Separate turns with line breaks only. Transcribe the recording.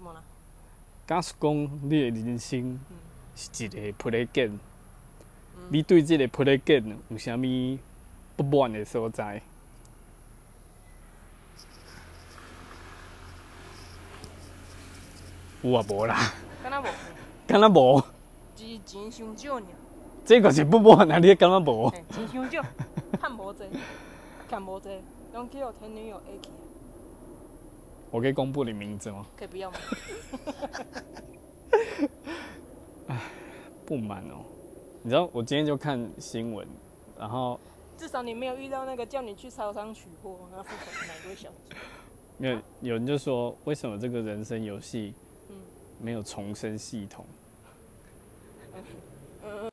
无啦？
假使讲你的人生是一个 p l a g a m 你对即个 p l a g a m 有啥物不满的所在？有啊，无啦，
敢若无，
敢若无，
只钱伤少尔，
这个是不满啊，你敢若无？
嘿钱伤少， 趁无济，欠无济，拢去互前女友 A 去，
我可以公布你名字吗？
可以不要吗？
不满哦，你知道我今天就看新闻，然后
至少你没有遇到那个叫你去超商取货，然后付款买一堆小鸡。
有有人就说，为什么这个人生游戏
嗯
没有重生系统？
嗯